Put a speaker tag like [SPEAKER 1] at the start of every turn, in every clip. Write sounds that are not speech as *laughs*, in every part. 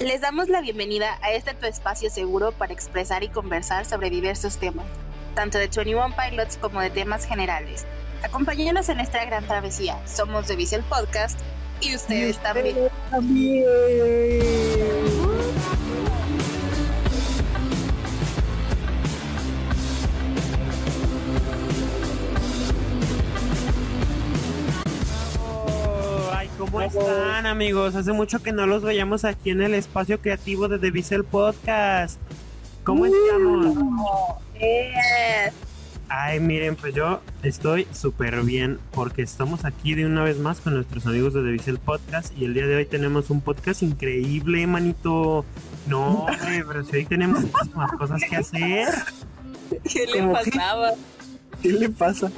[SPEAKER 1] Les damos la bienvenida a este tu espacio seguro para expresar y conversar sobre diversos temas, tanto de 21 Pilots como de temas generales. Acompáñenos en esta gran travesía. Somos The Visual Podcast y
[SPEAKER 2] Este,
[SPEAKER 1] ustedes, también.
[SPEAKER 3] Oh, Ay, ¿cómo están, amigos? Hace mucho que no los veíamos aquí en el espacio creativo de The Visual Podcast. ¿Cómo estamos?
[SPEAKER 1] Oh, Yes.
[SPEAKER 3] Ay, miren, pues yo estoy súper bien porque estamos aquí de una vez más con nuestros amigos de The Visual Podcast y el día de hoy tenemos un podcast increíble, manito. No, hombre, pero si hoy tenemos muchísimas cosas que hacer.
[SPEAKER 1] *laughs* ¿Qué le
[SPEAKER 2] ¿Cómo qué?
[SPEAKER 1] pasaba? *laughs*
[SPEAKER 2] ¿Qué le pasa?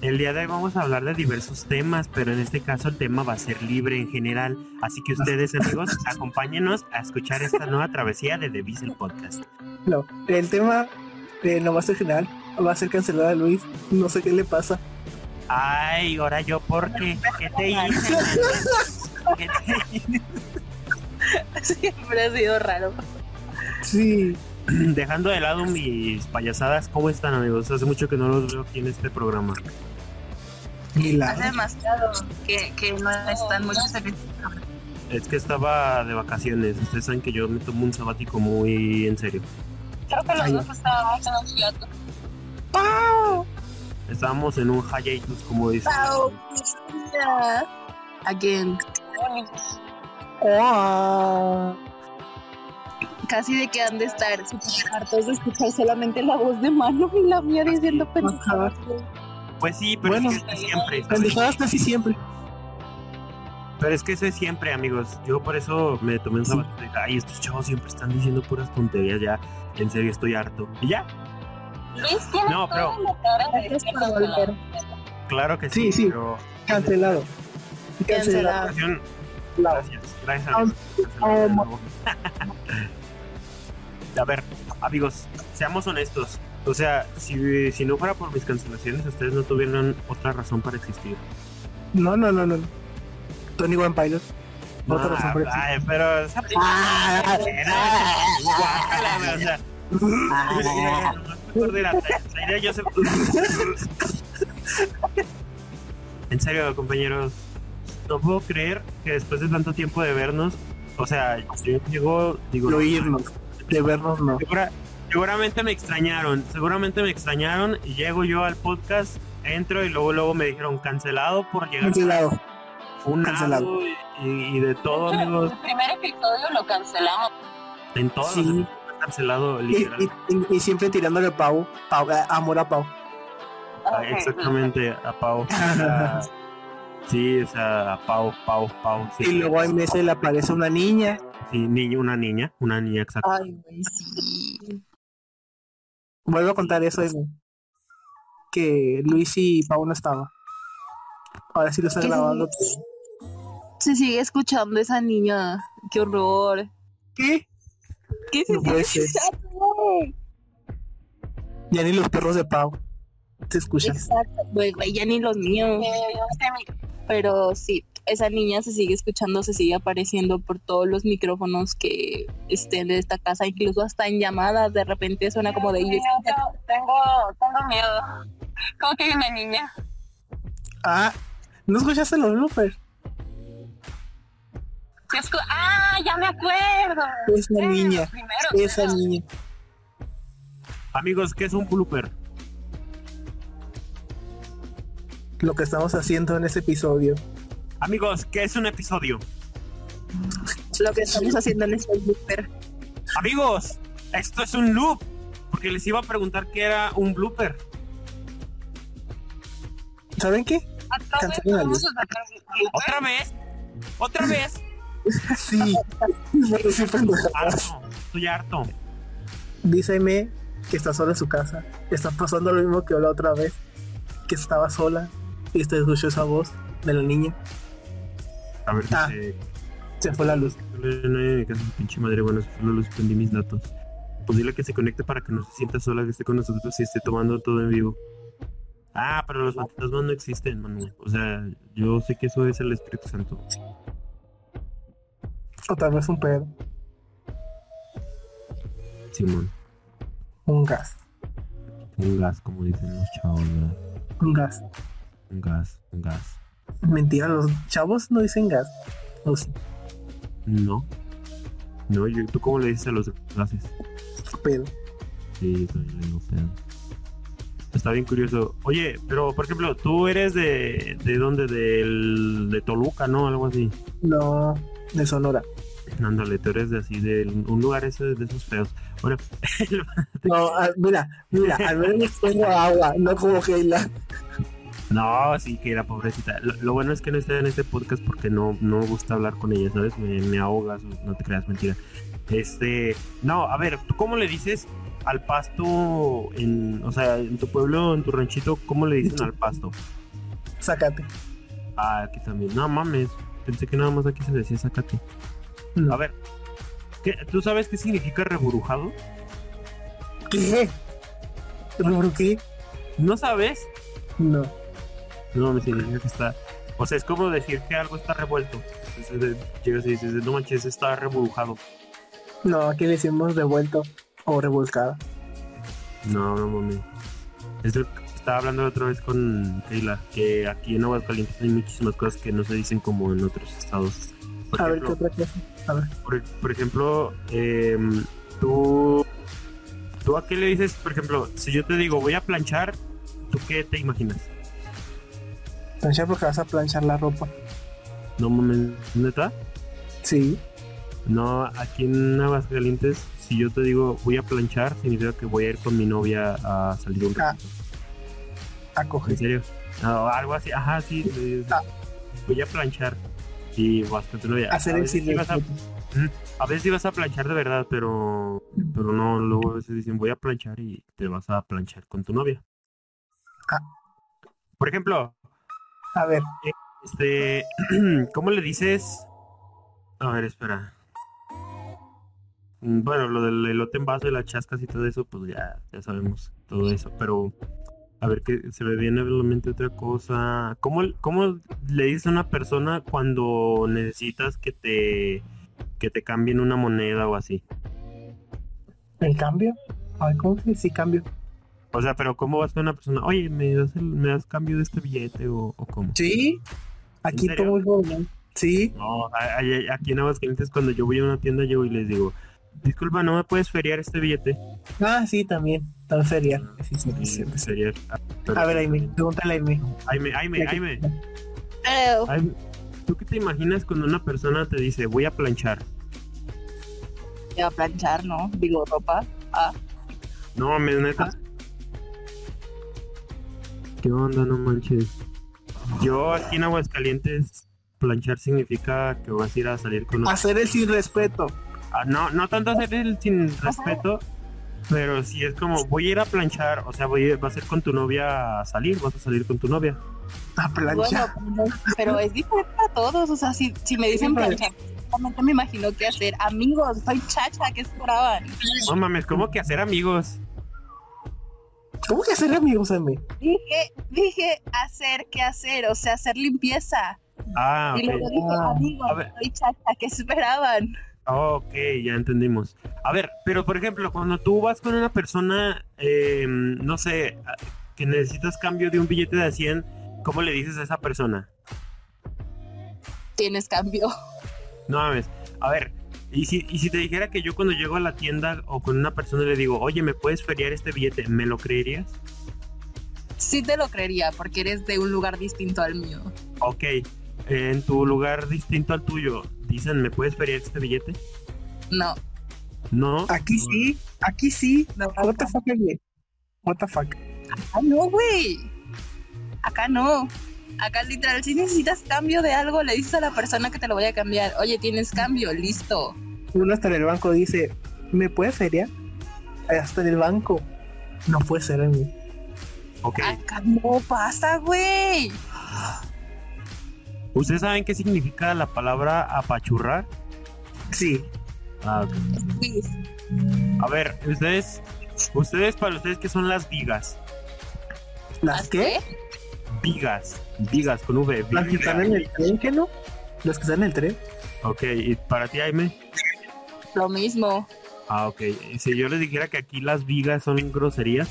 [SPEAKER 3] El día de hoy vamos a hablar de diversos temas, pero en este caso el tema va a ser libre en general. Así que ustedes, amigos, acompáñenos a escuchar esta nueva travesía de The Visual Podcast.
[SPEAKER 2] No, el tema eh, no va a ser general. Va a ser cancelada Luis. No sé qué le pasa.
[SPEAKER 3] Ay, ahora yo, ¿por qué? ¿Qué te hice? Manuel? ¿Qué te hice?
[SPEAKER 1] Siempre ha sido raro.
[SPEAKER 2] Sí.
[SPEAKER 3] Dejando de lado mis payasadas, ¿cómo están, amigos? Hace mucho que no los veo aquí en este programa.
[SPEAKER 1] Hace
[SPEAKER 2] Milagro.
[SPEAKER 1] demasiado que, que no están muchos en este programa.
[SPEAKER 3] Es que estaba de vacaciones. Ustedes saben que yo me tomo un sabático muy en serio.
[SPEAKER 1] Creo que los
[SPEAKER 2] Ay.
[SPEAKER 1] dos estábamos en un plato.
[SPEAKER 3] Estábamos en un hiatus, como dicen.
[SPEAKER 1] Pau. Again.
[SPEAKER 2] Oh.
[SPEAKER 1] Casi de que han de estar súper hartos de escuchar solamente la voz de Manu y la mía diciendo pendejadas.
[SPEAKER 3] Pues sí, pero
[SPEAKER 2] Bueno.
[SPEAKER 3] es que es siempre. ¿sabes?
[SPEAKER 2] Pendejadas casi siempre.
[SPEAKER 3] Pero es que eso es siempre, amigos. Yo por eso me tomé un
[SPEAKER 2] Sí.
[SPEAKER 3] sabático. y dije, Ay, estos chavos siempre están diciendo puras tonterías ya. En serio, estoy harto. Y ya,
[SPEAKER 1] Luis tiene
[SPEAKER 3] No,
[SPEAKER 1] toda
[SPEAKER 3] pero-
[SPEAKER 1] la cara de
[SPEAKER 4] Gracias
[SPEAKER 1] que
[SPEAKER 4] por
[SPEAKER 1] nos
[SPEAKER 4] volver.
[SPEAKER 3] claro que
[SPEAKER 2] Sí,
[SPEAKER 3] sí,
[SPEAKER 2] sí.
[SPEAKER 3] pero...
[SPEAKER 2] Cancelado.
[SPEAKER 1] Cancelado.
[SPEAKER 3] Ocasión-
[SPEAKER 2] Cancelado.
[SPEAKER 3] Gracias, gracias a Dios.
[SPEAKER 2] oh,
[SPEAKER 3] *laughs* A ver, amigos, seamos honestos. O sea, si, si no fuera por mis cancelaciones, ustedes no tuvieran otra razón para existir.
[SPEAKER 2] No, no, no, no. Tony One Pilot. Otra razón para existir.
[SPEAKER 3] ay, pero esa
[SPEAKER 2] Ah, ah, ah,
[SPEAKER 3] Guácala, o sea, nomás me acuerdo de la- la idea, yo sé- *laughs* En serio, compañeros, no puedo creer que después de tanto tiempo de vernos, o sea, yo llego, digo,
[SPEAKER 2] De oírnos. De vernos, no.
[SPEAKER 3] Segura- seguramente me extrañaron, seguramente me extrañaron y llego yo al podcast, entro y luego luego me dijeron cancelado por llegar
[SPEAKER 2] Cancelado.
[SPEAKER 3] funado
[SPEAKER 2] cancelado.
[SPEAKER 3] Y, y de todo, amigos,
[SPEAKER 1] El primer episodio lo cancelamos.
[SPEAKER 3] en todos
[SPEAKER 2] Sí.
[SPEAKER 3] los episodios
[SPEAKER 2] *laughs*
[SPEAKER 3] cancelado
[SPEAKER 2] Y,
[SPEAKER 3] literal.
[SPEAKER 2] y- y- y siempre tirándole a Pau. Pau, eh, amor a Pau.
[SPEAKER 3] Ah, Exactamente, a Pau. O
[SPEAKER 2] *laughs*
[SPEAKER 3] sea, sí, o sea, a Pau, Pau, Pau. Sí,
[SPEAKER 2] Y luego a meses le aparece una niña.
[SPEAKER 3] Sí, niña, una niña, una niña, exacto.
[SPEAKER 1] Ay, güey, sí.
[SPEAKER 2] Vuelvo a contar eso de que Luis y Pau no estaba. Ahora sí lo está
[SPEAKER 1] ¿Qué
[SPEAKER 2] grabando.
[SPEAKER 1] Se sigue escuchando esa niña. Qué horror.
[SPEAKER 2] ¿Qué?
[SPEAKER 1] ¿Qué se
[SPEAKER 2] No puede ser.
[SPEAKER 1] Exacto, güey.
[SPEAKER 2] Ya ni los perros de Pau se escuchan.
[SPEAKER 1] Exacto, güey, güey, ya ni los míos.
[SPEAKER 2] Eh,
[SPEAKER 1] Pero sí, esa niña se sigue escuchando, se sigue apareciendo por todos los micrófonos que estén de esta casa, incluso hasta en llamadas, de repente suena como de ellos.
[SPEAKER 4] Tengo, tengo miedo. ¿Cómo que hay una niña?
[SPEAKER 2] Ah, ¿no escuchaste los bloopers?
[SPEAKER 4] Sí, escu- ah, ya me acuerdo.
[SPEAKER 2] Es la
[SPEAKER 4] Eh,
[SPEAKER 2] niña.
[SPEAKER 4] Primero,
[SPEAKER 2] Esa
[SPEAKER 4] claro.
[SPEAKER 2] niña. Ah.
[SPEAKER 3] Amigos, ¿qué es un blooper?
[SPEAKER 2] Lo que estamos haciendo en este episodio.
[SPEAKER 3] Amigos, ¿qué es un episodio?
[SPEAKER 1] Lo que estamos haciendo en este blooper.
[SPEAKER 3] Amigos, esto es un loop. Porque les iba a preguntar qué era un blooper.
[SPEAKER 2] *laughs* ¿Saben qué?
[SPEAKER 4] Otra vez
[SPEAKER 2] Cancelen a
[SPEAKER 4] vamos a
[SPEAKER 3] ¿Otra vez?
[SPEAKER 2] *laughs*
[SPEAKER 3] ¿Otra vez?
[SPEAKER 1] *laughs*
[SPEAKER 2] Sí. Bueno, sí, pendejadas.
[SPEAKER 3] Harto, estoy harto.
[SPEAKER 2] Díceme que está sola en su casa. Está pasando lo mismo que la otra vez. Que estaba sola. Y usted escuchó esa voz de la niña.
[SPEAKER 3] A ver,
[SPEAKER 2] Ah.
[SPEAKER 3] dice,
[SPEAKER 2] Se fue la luz.
[SPEAKER 3] no hay en mi casa, pinche madre, bueno, solo los prendí mis datos. Pues dile que se conecte para que no se sienta sola, que esté con nosotros y esté tomando todo en vivo. Ah, pero los fantasmas no existen, Manuel. O sea, yo sé que eso es el Espíritu Santo.
[SPEAKER 2] O tal vez un pedo.
[SPEAKER 3] Simón.
[SPEAKER 2] Un gas.
[SPEAKER 3] Un gas, como dicen los chavos, ¿verdad?
[SPEAKER 2] Un gas.
[SPEAKER 3] Un gas, un gas.
[SPEAKER 2] Mentira, los chavos no dicen gas. O sí,
[SPEAKER 3] No. No, yo- ¿tú cómo le dices a los gases?
[SPEAKER 2] pedo.
[SPEAKER 3] Sí, yo también le digo pedo. Está bien curioso. Oye, pero por ejemplo, tú eres de. ¿De dónde? Del, de Toluca, ¿no? Algo así.
[SPEAKER 2] No, de Sonora.
[SPEAKER 3] Ándale, tú eres de así, de un lugar ese, de esos feos. Bueno,
[SPEAKER 2] No, ah, mira, mira, al menos tengo agua, no como Keila.
[SPEAKER 3] no, sí que era pobrecita. Lo, lo bueno es que no está en este podcast porque no, no me gusta hablar con ella, ¿sabes? Me, me ahogas, no te creas, mentira. Este, no, a ver, ¿tú cómo le dices al pasto en, o sea, en tu pueblo, en tu ranchito, cómo le dicen al pasto?
[SPEAKER 2] Sácate.
[SPEAKER 3] Ah, aquí también. No mames, pensé que nada más aquí se decía sácate.
[SPEAKER 2] No.
[SPEAKER 3] A ver, ¿qué- ¿tú sabes qué significa reburujado?
[SPEAKER 2] ¿Qué? ¿Rubruquí?
[SPEAKER 3] ¿No sabes?
[SPEAKER 2] No.
[SPEAKER 3] No, me significa que está. O sea, es como decir que algo está revuelto. Entonces, de- Llegas y dices, no manches, está reburujado.
[SPEAKER 2] No, aquí le decimos revuelto o revolcado.
[SPEAKER 3] No, no mames. Es lo que estaba hablando otra vez con Keila, que aquí en Aguascalientes hay muchísimas cosas que no se dicen como en otros estados. Por
[SPEAKER 2] A ver qué
[SPEAKER 3] ejemplo,
[SPEAKER 2] otra cosa.
[SPEAKER 3] por, por ejemplo em, tú. ¿Tú a qué le dices, por ejemplo, si yo te digo voy a planchar, ¿tú qué te imaginas?
[SPEAKER 2] Planchar porque vas a planchar la ropa.
[SPEAKER 3] No mames, neta.
[SPEAKER 2] Sí.
[SPEAKER 3] No, aquí en Aguascalientes, si yo te digo voy a planchar, significa que voy a ir con mi novia a salir un
[SPEAKER 2] Ah.
[SPEAKER 3] ratito.
[SPEAKER 2] A
[SPEAKER 3] ¿En
[SPEAKER 2] coger.
[SPEAKER 3] serio? No, algo así, ajá, sí. le dices,
[SPEAKER 2] Ah.
[SPEAKER 3] Voy a planchar y vas con tu novia.
[SPEAKER 2] Hacer
[SPEAKER 3] a,
[SPEAKER 2] el
[SPEAKER 3] veces sí vas a,
[SPEAKER 2] silencio.
[SPEAKER 3] a veces sí vas a planchar de verdad, pero, pero no, luego a veces dicen voy a planchar y te vas a planchar con tu novia.
[SPEAKER 2] Ah.
[SPEAKER 3] Por ejemplo,
[SPEAKER 2] A ver,
[SPEAKER 3] este, *clears throat* ¿cómo le dices? A ver, espera. Mm, Bueno, lo del elote en vaso y las chascas y todo eso, pues ya, ya sabemos todo eso. Pero, a ver, que se me viene a la mente otra cosa. ¿Cómo, cómo le dices a una persona cuando necesitas que te, que te cambien una moneda o así?
[SPEAKER 2] el cambio. Ay, ¿cómo que sí cambio?
[SPEAKER 3] O sea, pero ¿cómo vas con una persona? Oye, ¿me das, el- me das cambio de este billete o, o cómo?
[SPEAKER 2] Sí. Aquí
[SPEAKER 3] ¿En serio?
[SPEAKER 2] todo es normal. Sí.
[SPEAKER 3] No, a- a- aquí en Aguascalientes cuando yo voy a una tienda llego y les digo, disculpa, ¿no me puedes feriar este billete?
[SPEAKER 2] Ah, sí, también. Tan seria. Ah, Sí, sí, sí, sí, sí.
[SPEAKER 3] Feriar. Ah, pero-
[SPEAKER 2] A ver, Aime, pregúntale a Aime.
[SPEAKER 3] Aime, Aime,
[SPEAKER 2] Ya que-
[SPEAKER 3] Aime,
[SPEAKER 4] Pero,
[SPEAKER 3] Aime, ¿Tú qué te imaginas cuando una persona te dice, voy a planchar?
[SPEAKER 1] Voy a planchar, ¿no? Digo, ropa.
[SPEAKER 3] No, me
[SPEAKER 2] Ah.
[SPEAKER 3] neta. ¿Qué onda? No manches. Yo aquí en Aguascalientes, planchar significa que vas a ir a salir con una
[SPEAKER 2] Hacer el sin respeto.
[SPEAKER 3] Ah, no, no tanto hacer el sin respeto, pero sí es como voy a ir a planchar, o sea, voy a, va a ser con tu novia a salir, vas a salir con tu novia.
[SPEAKER 2] A
[SPEAKER 1] Bueno,
[SPEAKER 2] planchar.
[SPEAKER 1] pero es diferente a todos. O sea, si, si me dicen
[SPEAKER 2] Siempre.
[SPEAKER 1] planchar, realmente me imagino qué hacer. Amigos, soy chacha, ¿qué esperaban?
[SPEAKER 3] No mames, ¿cómo que hacer amigos?
[SPEAKER 2] ¿Cómo que hacer amigos, Aime?
[SPEAKER 1] Dije, dije hacer, qué hacer, o sea, hacer limpieza.
[SPEAKER 3] Ah,
[SPEAKER 1] Y luego
[SPEAKER 3] ok.
[SPEAKER 1] dije,
[SPEAKER 2] Ah,
[SPEAKER 3] a
[SPEAKER 1] amigos,
[SPEAKER 3] ver.
[SPEAKER 1] soy chacha, ¿qué esperaban?
[SPEAKER 3] Ok, ya entendimos. A ver, pero por ejemplo, cuando tú vas con una persona, eh, no sé, a- que necesitas cambio de un billete de 100, ¿cómo le dices a esa persona?
[SPEAKER 1] Tienes cambio.
[SPEAKER 3] No mames, a ver. Y si, y si te dijera que yo cuando llego a la tienda o con una persona le digo, oye, ¿me puedes feriar este billete? ¿Me lo creerías?
[SPEAKER 1] Sí te lo creería, porque eres de un lugar distinto al mío.
[SPEAKER 3] Ok, en tu lugar distinto al tuyo, dicen, ¿me puedes feriar este billete?
[SPEAKER 1] No,
[SPEAKER 3] No.
[SPEAKER 2] Aquí sí. Aquí sí.
[SPEAKER 1] no.
[SPEAKER 2] What the fuck, Aime? What the fuck?
[SPEAKER 1] Ah, no, güey. Acá no. Acá literal, si necesitas cambio de algo, le dices a la persona que te lo voy a cambiar. Oye, tienes cambio, listo.
[SPEAKER 2] Uno hasta en el banco dice, ¿me puede feriar? Hasta en el banco. No puede ser, Aime.
[SPEAKER 3] Ok,
[SPEAKER 2] Ah.
[SPEAKER 1] Acá no pasa, güey.
[SPEAKER 3] ¿ustedes saben qué significa la palabra apachurrar?
[SPEAKER 2] Sí.
[SPEAKER 3] Ah, ok.
[SPEAKER 1] Güey,
[SPEAKER 3] A ver, ustedes, ustedes para ustedes, ¿qué son las vigas?
[SPEAKER 2] ¿Las qué?
[SPEAKER 3] Vigas, vigas con V.
[SPEAKER 2] Las que están
[SPEAKER 3] Vigas.
[SPEAKER 2] en el tren, ¿qué no? Las que están en el tren.
[SPEAKER 3] Ok, y para ti, Jaime,
[SPEAKER 1] Lo mismo.
[SPEAKER 3] Ah, ok. Si yo les dijera que aquí las vigas son groserías.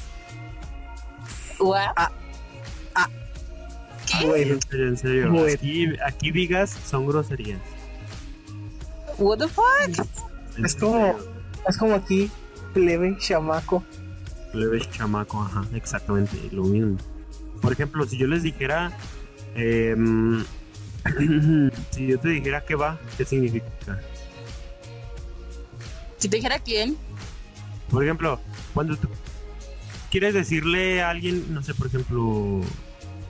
[SPEAKER 1] ¿What?
[SPEAKER 2] Ah. Ah.
[SPEAKER 1] ¿Qué?
[SPEAKER 2] Bueno,
[SPEAKER 3] En serio, en serio.
[SPEAKER 2] Bueno.
[SPEAKER 3] Aquí, aquí vigas son groserías.
[SPEAKER 1] What the fuck?
[SPEAKER 3] En
[SPEAKER 2] Es como-
[SPEAKER 3] serio.
[SPEAKER 2] es como aquí, plebe, chamaco.
[SPEAKER 3] Plebes chamaco, ajá, exactamente, lo mismo. Por ejemplo, si yo les dijera, em, *clears throat* si yo te dijera qué va, ¿qué significa?
[SPEAKER 1] Si te dijera quién,
[SPEAKER 3] Por ejemplo, cuando tú quieres decirle a alguien, no sé, por ejemplo,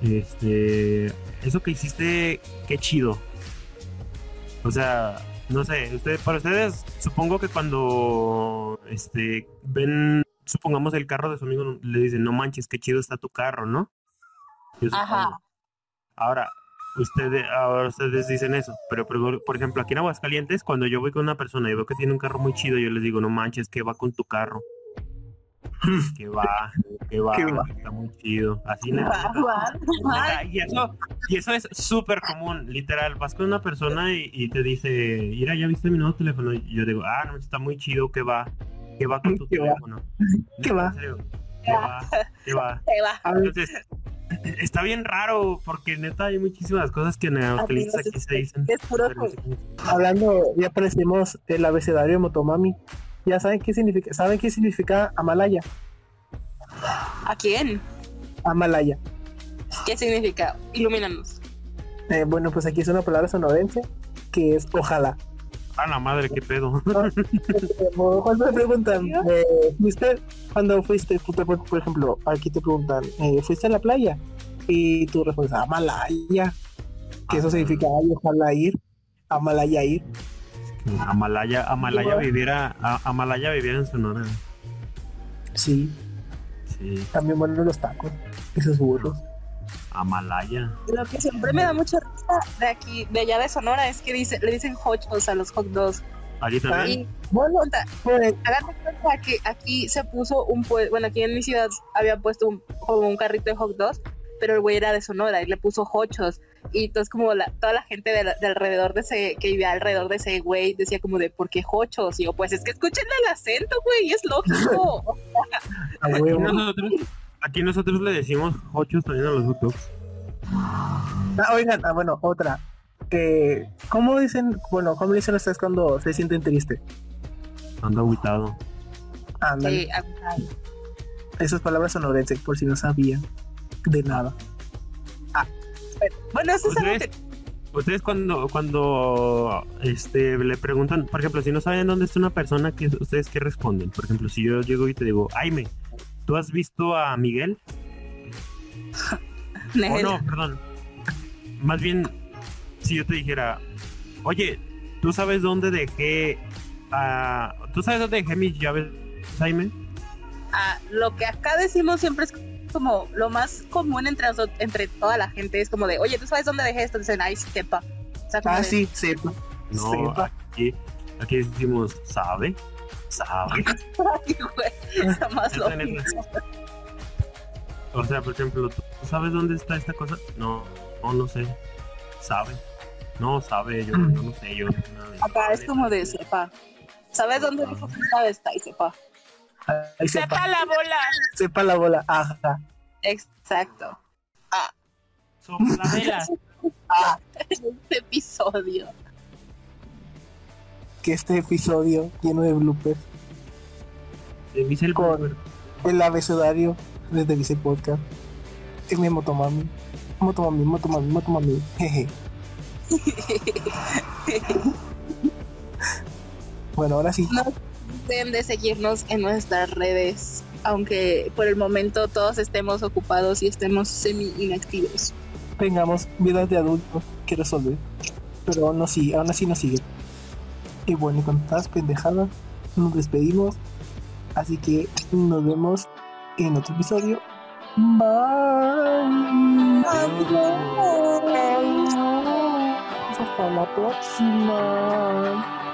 [SPEAKER 3] este, eso que hiciste, qué chido. O sea, no sé, ustedes, para ustedes, supongo que cuando, este, ven, supongamos el carro de su amigo, le dicen, no manches, qué chido está tu carro, ¿no? Yo
[SPEAKER 1] Ajá.
[SPEAKER 3] supongo. Ahora, ustedes, ahora ustedes dicen eso, pero por, por ejemplo, aquí en Aguascalientes, cuando yo voy con una persona y veo que tiene un carro muy chido, yo les digo, no manches, que va con tu carro. Que va, que va,
[SPEAKER 2] Que va.
[SPEAKER 3] está muy chido. Así
[SPEAKER 1] *laughs*
[SPEAKER 3] neta,
[SPEAKER 1] va, va, va.
[SPEAKER 3] neta, y, eso, y eso es súper común, literal. Vas con una persona y, y te dice, mira, ya viste mi nuevo teléfono. Y yo digo, ah, no, está muy chido, que va, que va con tu
[SPEAKER 2] Que va.
[SPEAKER 1] *laughs*
[SPEAKER 3] teléfono.
[SPEAKER 2] Que
[SPEAKER 3] Neta,
[SPEAKER 2] va.
[SPEAKER 3] en serio, Que va, que va.
[SPEAKER 1] te va.
[SPEAKER 2] A ver,
[SPEAKER 3] Entonces, *laughs* está bien raro, porque neta hay muchísimas cosas que en Aguascalientes
[SPEAKER 1] Amigos,
[SPEAKER 3] aquí se dicen.
[SPEAKER 1] Es puro
[SPEAKER 3] pero no sé cómo-
[SPEAKER 2] hablando, ya aparecimos el abecedario de Motomami. Ya saben qué significa, saben qué significa Amalaya.
[SPEAKER 1] ¿A quién?
[SPEAKER 2] Amalaya.
[SPEAKER 1] ¿Qué significa? Ilumínanos.
[SPEAKER 2] Eh, bueno, pues aquí es una palabra sonorense que es ojalá.
[SPEAKER 3] A ah, la madre,
[SPEAKER 1] *laughs*
[SPEAKER 3] qué pedo.
[SPEAKER 2] Como cuando me preguntan, eh, ¿fuiste? Cuando fuiste, tú te- por ejemplo, aquí te preguntan, eh, ¿fuiste a la playa? Y tú respondes, a Malaya. Que eso significa, ay, ojalá ir. A Malaya ir.
[SPEAKER 3] Amalaya, Amalaya
[SPEAKER 2] Igual.
[SPEAKER 3] viviera, a- Amalaya viviera en Sonora.
[SPEAKER 2] Sí,
[SPEAKER 3] Sí,
[SPEAKER 2] también bueno los tacos, esos burros.
[SPEAKER 3] Amalaya.
[SPEAKER 1] Lo que siempre me da mucha risa de aquí, de allá de Sonora, es que dice, le dicen hochos a los hot dogs.
[SPEAKER 3] Aquí también.
[SPEAKER 1] Ah, Y
[SPEAKER 2] Bueno,
[SPEAKER 1] o sea,
[SPEAKER 2] pues,
[SPEAKER 1] hagan de cuenta que aquí se puso un pue- bueno, aquí en mi ciudad había puesto un, como un carrito de hot dogs, pero el güey era de Sonora y le puso hochos. Y entonces como la- toda la gente de, la- de alrededor de ese, que vivía alrededor de ese güey, decía como de ¿por qué hochos? Y yo, pues es que escuchen el acento, güey, es lógico.
[SPEAKER 2] a
[SPEAKER 3] Aquí
[SPEAKER 2] huevo.
[SPEAKER 3] nosotros, aquí nosotros le decimos hochos también a los hot dogs.
[SPEAKER 2] Ah, oigan, ah, bueno, otra. Eh, ¿Cómo dicen, bueno, cómo dicen ustedes cuando se sienten triste?
[SPEAKER 3] Ando aguitado.
[SPEAKER 2] Ándale,
[SPEAKER 1] Eh, ah,
[SPEAKER 2] esas palabras sonorense, por si no sabían de nada.
[SPEAKER 1] bueno, eso es algo
[SPEAKER 3] ¿Ustedes?
[SPEAKER 1] que-
[SPEAKER 3] Ustedes cuando, cuando este, le preguntan, por ejemplo, si no saben dónde está una persona, que ¿ustedes qué responden? Por ejemplo, si yo llego y te digo, Jaime, ¿tú has visto a Miguel? O no, perdón. Más bien, si yo te dijera, oye, ¿tú sabes dónde dejé a... ¿Tú sabes dónde dejé mis llaves, Jaime?
[SPEAKER 1] a- lo que acá decimos siempre es como lo más común entre noso- entre toda la gente es como de, oye, ¿tú sabes dónde dejé esto? Dicen, ay, sepa. O sea, como
[SPEAKER 2] Ah,
[SPEAKER 1] de,
[SPEAKER 2] sí, sepa.
[SPEAKER 3] No,
[SPEAKER 2] Sepa.
[SPEAKER 3] aquí, aquí decimos, ¿sabe? ¿Sabe?
[SPEAKER 1] *laughs* "Ay, güey, está más
[SPEAKER 3] Neta,
[SPEAKER 1] loco".
[SPEAKER 3] neta. O sea, por ejemplo, ¿tú sabes dónde está esta cosa? No, no, no sé. ¿Sabe? No, sabe, yo, yo no sé, yo...
[SPEAKER 1] Acá es como de, sepa. ¿Sabes dónde dijo que estaba esta? Y sepa.
[SPEAKER 2] Ahí sepa,
[SPEAKER 1] la bola!
[SPEAKER 2] sepa la bola. Ajá.
[SPEAKER 1] Exacto.
[SPEAKER 3] Sopla
[SPEAKER 1] *laughs*
[SPEAKER 3] velas.
[SPEAKER 1] Este episodio.
[SPEAKER 2] Que este episodio lleno de bloopers,
[SPEAKER 3] De mí es el
[SPEAKER 2] Con-
[SPEAKER 3] blooper.
[SPEAKER 2] el abecedario desde Vice Podcast. Es mi motomami. Motomami, motomami, motomami. *laughs* Jeje. Bueno, ahora sí.
[SPEAKER 1] No deben de seguirnos en nuestras redes, aunque por el momento todos estemos ocupados y estemos semi inactivos.
[SPEAKER 2] tengamos vidas de adultos que resolver. Pero aún así, aún así nos sigue. Y bueno, con estas pendejadas nos despedimos. Así que nos vemos en otro episodio. Bye. Hasta la próxima.